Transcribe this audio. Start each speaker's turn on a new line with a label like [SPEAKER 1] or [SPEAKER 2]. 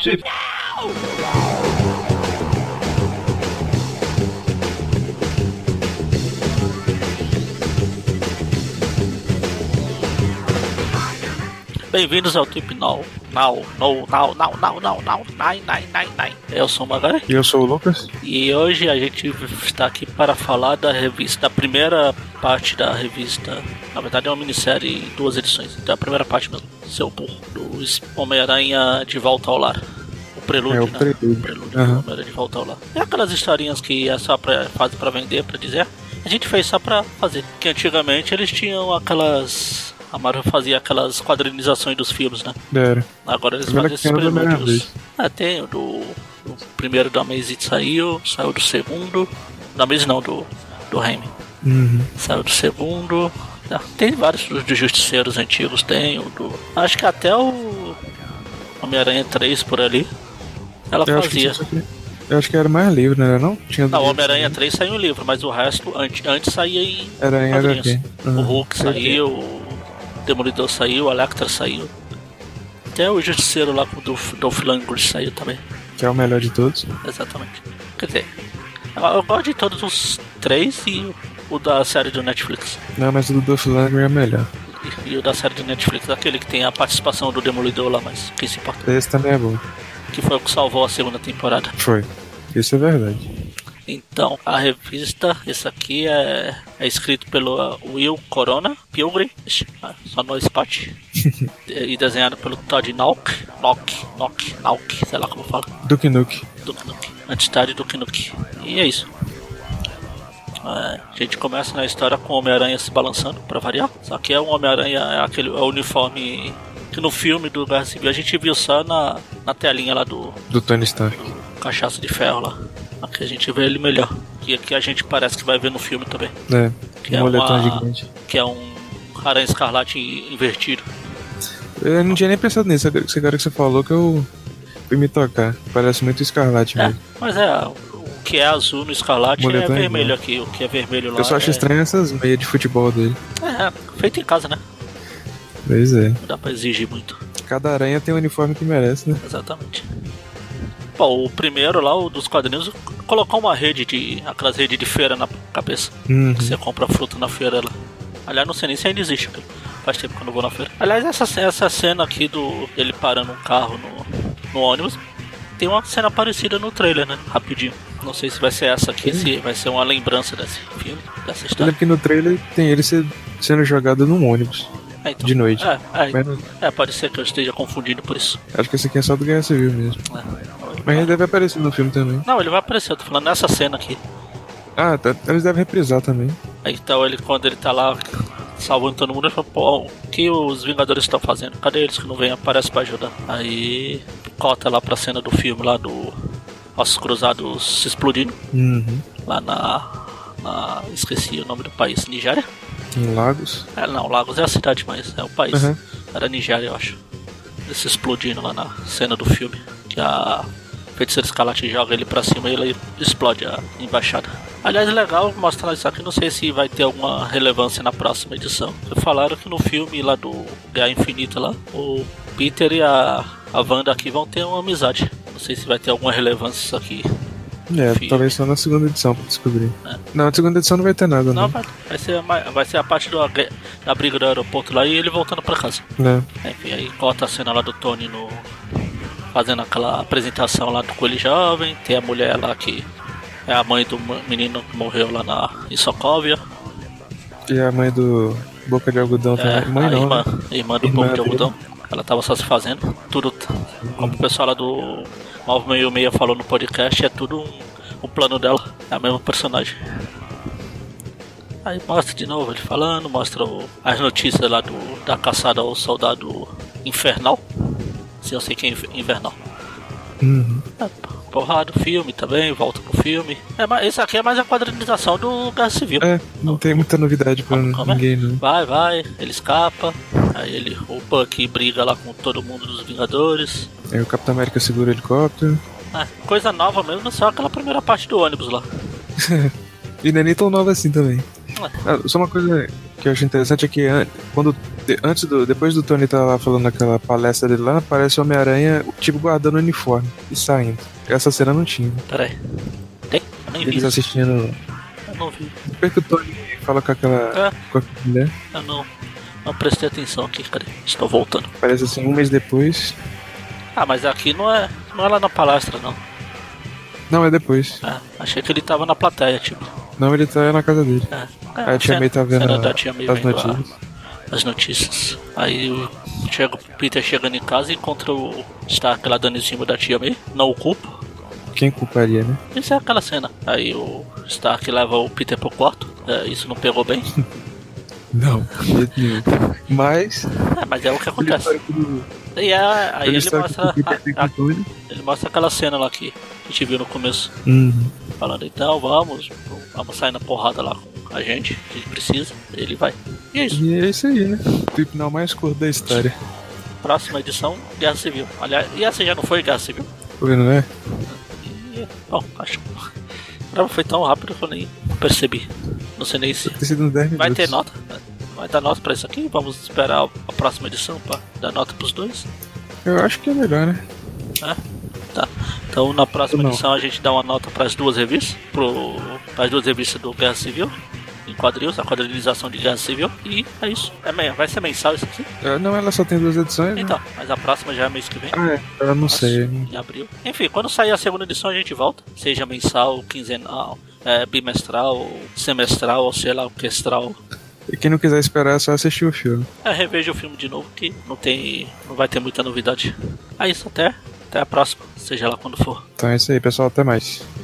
[SPEAKER 1] City. Bem-vindos ao Tip Now. Now, now, now, now, now, now, now, nine, nine, nine, nine. Eu sou o Magari
[SPEAKER 2] E eu sou o Lucas.
[SPEAKER 1] e hoje a gente está aqui para falar da revista, da primeira parte da revista. Na verdade é uma minissérie em duas edições. Então é a primeira parte mesmo, seu burro, do Es- Homem-Aranha de Volta ao Lar. O prelúdio,
[SPEAKER 2] É, o
[SPEAKER 1] né?
[SPEAKER 2] prelúdio.
[SPEAKER 1] prelúdio
[SPEAKER 2] Aham.
[SPEAKER 1] do Homem-Aranha de Volta ao Lar. É aquelas historinhas que é só pra, faz pra vender, pra dizer. A gente fez só pra fazer. Que antigamente eles tinham aquelas. A Marvel fazia aquelas quadrinizações dos filmes, né?
[SPEAKER 2] Dera.
[SPEAKER 1] Agora eles
[SPEAKER 2] Primeiro
[SPEAKER 1] fazem esses
[SPEAKER 2] que tem o da primeira
[SPEAKER 1] prelúdios. Ah, tem o do, do primeiro da Amazing saiu, saiu do segundo. Da Amazing não, do, do Raimi.
[SPEAKER 2] Uhum.
[SPEAKER 1] Saiu do segundo. Ah, tem vários dos de justiceiros antigos, tem o do. Acho que até o Homem-Aranha 3 por ali. Ela
[SPEAKER 2] Eu acho, que
[SPEAKER 1] fazia.
[SPEAKER 2] tinha isso aqui. eu acho que era mais livre, né? não era não? Tinha
[SPEAKER 1] Não,
[SPEAKER 2] do-
[SPEAKER 1] o Homem-Aranha 3 saiu em livro, mas o resto antes, antes saía em.
[SPEAKER 2] Era em
[SPEAKER 1] quadrinhos.
[SPEAKER 2] HQ.
[SPEAKER 1] O
[SPEAKER 2] Uhum.
[SPEAKER 1] Hulk
[SPEAKER 2] Eu
[SPEAKER 1] saiu, o Demolidor saiu, o Electra saiu. Até o Justiceiro lá com o Dolph Dolph Lundgren saiu também.
[SPEAKER 2] Que é o melhor de todos.
[SPEAKER 1] Exatamente. Quer dizer, eu, eu gosto de todos os três e o da série do Netflix.
[SPEAKER 2] Não, mas o do Dolph Lundgren é melhor.
[SPEAKER 1] E, e o da série do Netflix, aquele que tem a participação do Demolidor lá, mas quem se importa?
[SPEAKER 2] Esse também é bom.
[SPEAKER 1] Que foi o que salvou a segunda temporada.
[SPEAKER 2] Foi. Isso é verdade.
[SPEAKER 1] Então, a revista, esse aqui é, é escrito pelo ah, Will Corona, Pilgrim, ixi, ah, só no Spot, e e desenhado pelo Todd Nock, Nock, Nock, Nock, sei lá como fala,
[SPEAKER 2] Duke Nuke.
[SPEAKER 1] do Knuck, antidade do Knuck. E é isso. É, a gente começa na história com o Homem-Aranha se balançando, pra variar. Só que é um Homem-Aranha, é aquele é o uniforme que no filme do Guerra Civil a gente viu só na, na telinha lá do,
[SPEAKER 2] Do Tony Stark.
[SPEAKER 1] cachaça de ferro lá. Aqui a gente vê ele melhor. E aqui a gente parece que vai ver no filme também.
[SPEAKER 2] É.
[SPEAKER 1] Que
[SPEAKER 2] Um
[SPEAKER 1] é
[SPEAKER 2] moletom
[SPEAKER 1] uma-
[SPEAKER 2] gigante.
[SPEAKER 1] Que é um aranha escarlate invertido.
[SPEAKER 2] Eu não tinha nem pensado nisso. Agora que agora que você falou que eu fui me tocar. Parece muito escarlate
[SPEAKER 1] É,
[SPEAKER 2] mesmo.
[SPEAKER 1] mas é. O que é azul no escarlate
[SPEAKER 2] Moletom
[SPEAKER 1] é
[SPEAKER 2] é
[SPEAKER 1] vermelho aqui. O que é vermelho lá.
[SPEAKER 2] Eu só
[SPEAKER 1] é...
[SPEAKER 2] acho estranho essas meias de futebol dele.
[SPEAKER 1] É, feito em casa, né?
[SPEAKER 2] Pois é.
[SPEAKER 1] Não dá pra exigir muito.
[SPEAKER 2] Cada aranha tem o uniforme que merece, né?
[SPEAKER 1] Exatamente. Bom, o primeiro lá, o dos quadrinhos, colocou uma rede de. aquelas redes de feira na cabeça.
[SPEAKER 2] Uhum.
[SPEAKER 1] que você compra fruta na feira lá. Aliás, não sei nem se ainda existe, cara. faz tempo que eu não vou na feira. Aliás, essa, essa cena aqui do ele parando um carro no, no ônibus, tem uma cena parecida no trailer, né? Rapidinho. Não sei se vai ser essa aqui, se vai ser uma lembrança desse filme, dessa
[SPEAKER 2] Eu
[SPEAKER 1] história.
[SPEAKER 2] lembro que no trailer tem ele se- sendo jogado num ônibus.
[SPEAKER 1] É, então.
[SPEAKER 2] de noite.
[SPEAKER 1] É, é,
[SPEAKER 2] Mas não-
[SPEAKER 1] é, pode ser que eu esteja confundindo por isso.
[SPEAKER 2] acho que esse aqui é só do Guerra Civil mesmo.
[SPEAKER 1] né?
[SPEAKER 2] Mas ele deve aparecer no filme também.
[SPEAKER 1] Não, ele vai aparecer, eu tô falando nessa cena aqui.
[SPEAKER 2] Ah, tá, eles devem reprisar também.
[SPEAKER 1] Aí, Então ele quando ele tá lá salvando todo mundo, ele fala, pô, o que os Vingadores estão fazendo? Cadê eles que não vêm? Aparece pra ajudar. Aí cota lá pra cena do filme lá do Ossos Cruzados se explodindo,
[SPEAKER 2] Uhum.
[SPEAKER 1] lá na. na- esqueci o nome do país, Nigéria?
[SPEAKER 2] Em Lagos.
[SPEAKER 1] É, não, Lagos é a cidade, mas é o país.
[SPEAKER 2] Uhum.
[SPEAKER 1] Era Nigéria, eu acho. Ele se explodindo lá na cena do filme. Que a feiticeira escalate joga ele pra cima e ele explode a embaixada. Aliás, é legal mostrar isso aqui. Não sei se vai ter alguma relevância na próxima edição. Falaram que no filme lá do Guerra Infinita lá, o Peter e a, a Wanda aqui vão ter uma amizade. Não sei se vai ter alguma relevância isso aqui.
[SPEAKER 2] É,
[SPEAKER 1] Filho.
[SPEAKER 2] talvez só na segunda edição pra descobrir.
[SPEAKER 1] É.
[SPEAKER 2] Não, na segunda edição não vai ter nada, né?
[SPEAKER 1] Não,
[SPEAKER 2] não.
[SPEAKER 1] vai, vai ser, mais- vai ser a parte do, ague- da briga do aeroporto lá e ele voltando pra casa.
[SPEAKER 2] Né?
[SPEAKER 1] É, e aí corta a cena lá do Tony no. Fazendo aquela apresentação lá do Coelho Jovem, tem a mulher lá que é a mãe do mo- menino que morreu lá na, em Sokovia.
[SPEAKER 2] É. E a mãe do Boca de Algodão
[SPEAKER 1] É,
[SPEAKER 2] também. Mãe
[SPEAKER 1] a
[SPEAKER 2] não.
[SPEAKER 1] irmã,
[SPEAKER 2] né?
[SPEAKER 1] irmã do
[SPEAKER 2] Irmã
[SPEAKER 1] povo de
[SPEAKER 2] dele.
[SPEAKER 1] algodão. Ela tava só se fazendo. Tudo. t- Como o pessoal lá do 966 falou no podcast, é tudo um, um plano dela. É a mesma personagem. Aí mostra de novo ele falando, mostra o- as notícias lá do, da caçada ao soldado infernal. Se eu sei quem é infer- invernal.
[SPEAKER 2] Uhum.
[SPEAKER 1] É, porrada, o filme também, volta pro filme. É, mas esse aqui é mais a quadrinização do Guerra Civil.
[SPEAKER 2] É, não tem muita novidade pra
[SPEAKER 1] Como é?
[SPEAKER 2] ninguém, né? não.
[SPEAKER 1] Vai, vai, ele escapa. Aí ele, o Bucky briga lá com todo mundo dos Vingadores.
[SPEAKER 2] Aí É, o Capitão América segura o helicóptero.
[SPEAKER 1] Ah, coisa nova mesmo, é só aquela primeira parte do ônibus lá.
[SPEAKER 2] E não é nem tão nova assim também.
[SPEAKER 1] Ué.
[SPEAKER 2] Ah, só uma coisa que que eu acho interessante é que an- quando, de- antes do, depois do Tony tá lá falando aquela palestra dele lá, aparece o Homem-Aranha, tipo, guardando o uniforme e saindo. Essa cena não tinha.
[SPEAKER 1] Pera aí. Tem? Eu nem vi.
[SPEAKER 2] Eles assim- assistindo.
[SPEAKER 1] Eu não vi.
[SPEAKER 2] Depois que o Tony fala com aquela.
[SPEAKER 1] É.
[SPEAKER 2] com aquela mulher,
[SPEAKER 1] Eu não, não prestei atenção aqui, cara. Estou voltando.
[SPEAKER 2] aparece assim um mês depois.
[SPEAKER 1] Ah, mas aqui não é, não é lá na palestra, não.
[SPEAKER 2] Não, é depois.
[SPEAKER 1] Ah, achei que ele tava na plateia, tipo.
[SPEAKER 2] Não, ele tá na casa dele.
[SPEAKER 1] Ah,
[SPEAKER 2] Aí a tia May tá vendo
[SPEAKER 1] cena da
[SPEAKER 2] a-
[SPEAKER 1] tia May
[SPEAKER 2] as
[SPEAKER 1] vendo a-
[SPEAKER 2] notícias.
[SPEAKER 1] as notícias. Aí o, chega, o Peter chegando em casa e encontra o Stark lá dando em cima da tia May. Não o culpa.
[SPEAKER 2] Quem culparia, né?
[SPEAKER 1] Isso é aquela cena. Aí o Stark leva o Peter pro quarto. É, isso não pegou bem.
[SPEAKER 2] Não, de jeito nenhum. Mas.
[SPEAKER 1] É, mas é o que
[SPEAKER 2] Ele
[SPEAKER 1] acontece.
[SPEAKER 2] sabe que o-
[SPEAKER 1] E é- aí
[SPEAKER 2] ele
[SPEAKER 1] ele
[SPEAKER 2] sabe
[SPEAKER 1] mostra,
[SPEAKER 2] que o Peter tem
[SPEAKER 1] a- a-
[SPEAKER 2] controle.
[SPEAKER 1] ele mostra aquela cena lá que a gente viu no começo.
[SPEAKER 2] Uhum.
[SPEAKER 1] Falando, então vamos, vamos sair na porrada lá com a gente, que a gente precisa. Ele vai. E é isso.
[SPEAKER 2] E é isso aí, né? Tripinal mais curto da história.
[SPEAKER 1] Próxima edição, Guerra Civil. Aliás, e essa já não foi Guerra Civil?
[SPEAKER 2] Tá vendo, né?
[SPEAKER 1] E, bom, acho que o programa foi tão rápido que eu nem percebi. Não sei nem se.
[SPEAKER 2] Tem sido uns 10
[SPEAKER 1] Vai
[SPEAKER 2] minutos.
[SPEAKER 1] ter nota? Vai dar nota pra isso aqui? Vamos esperar a próxima edição pra dar nota pros dois?
[SPEAKER 2] Eu acho que é melhor, né?
[SPEAKER 1] né? Tá. Então na próxima
[SPEAKER 2] Não.
[SPEAKER 1] edição a gente dá uma nota pras duas revistas, pro, pras duas revistas do Guerra Civil, em quadrinhos, a quadrilização de Guerra Civil, e é isso. É, men- vai ser mensal isso aqui?
[SPEAKER 2] Ah, Não, ela só tem duas edições. né?
[SPEAKER 1] Então, mas a próxima já é mês que vem.
[SPEAKER 2] Ah, é. Eu não sei.
[SPEAKER 1] Em abril. Enfim, quando sair a segunda edição a gente volta. Seja mensal, quinzenal, é, bimestral, semestral, ou sei lá, orquestral.
[SPEAKER 2] E quem não quiser esperar é só assistir o filme.
[SPEAKER 1] É, reveja o filme de novo que não tem. não vai ter muita novidade. É isso, até. Até a próxima, seja lá quando for.
[SPEAKER 2] Então é isso aí, pessoal. Até mais.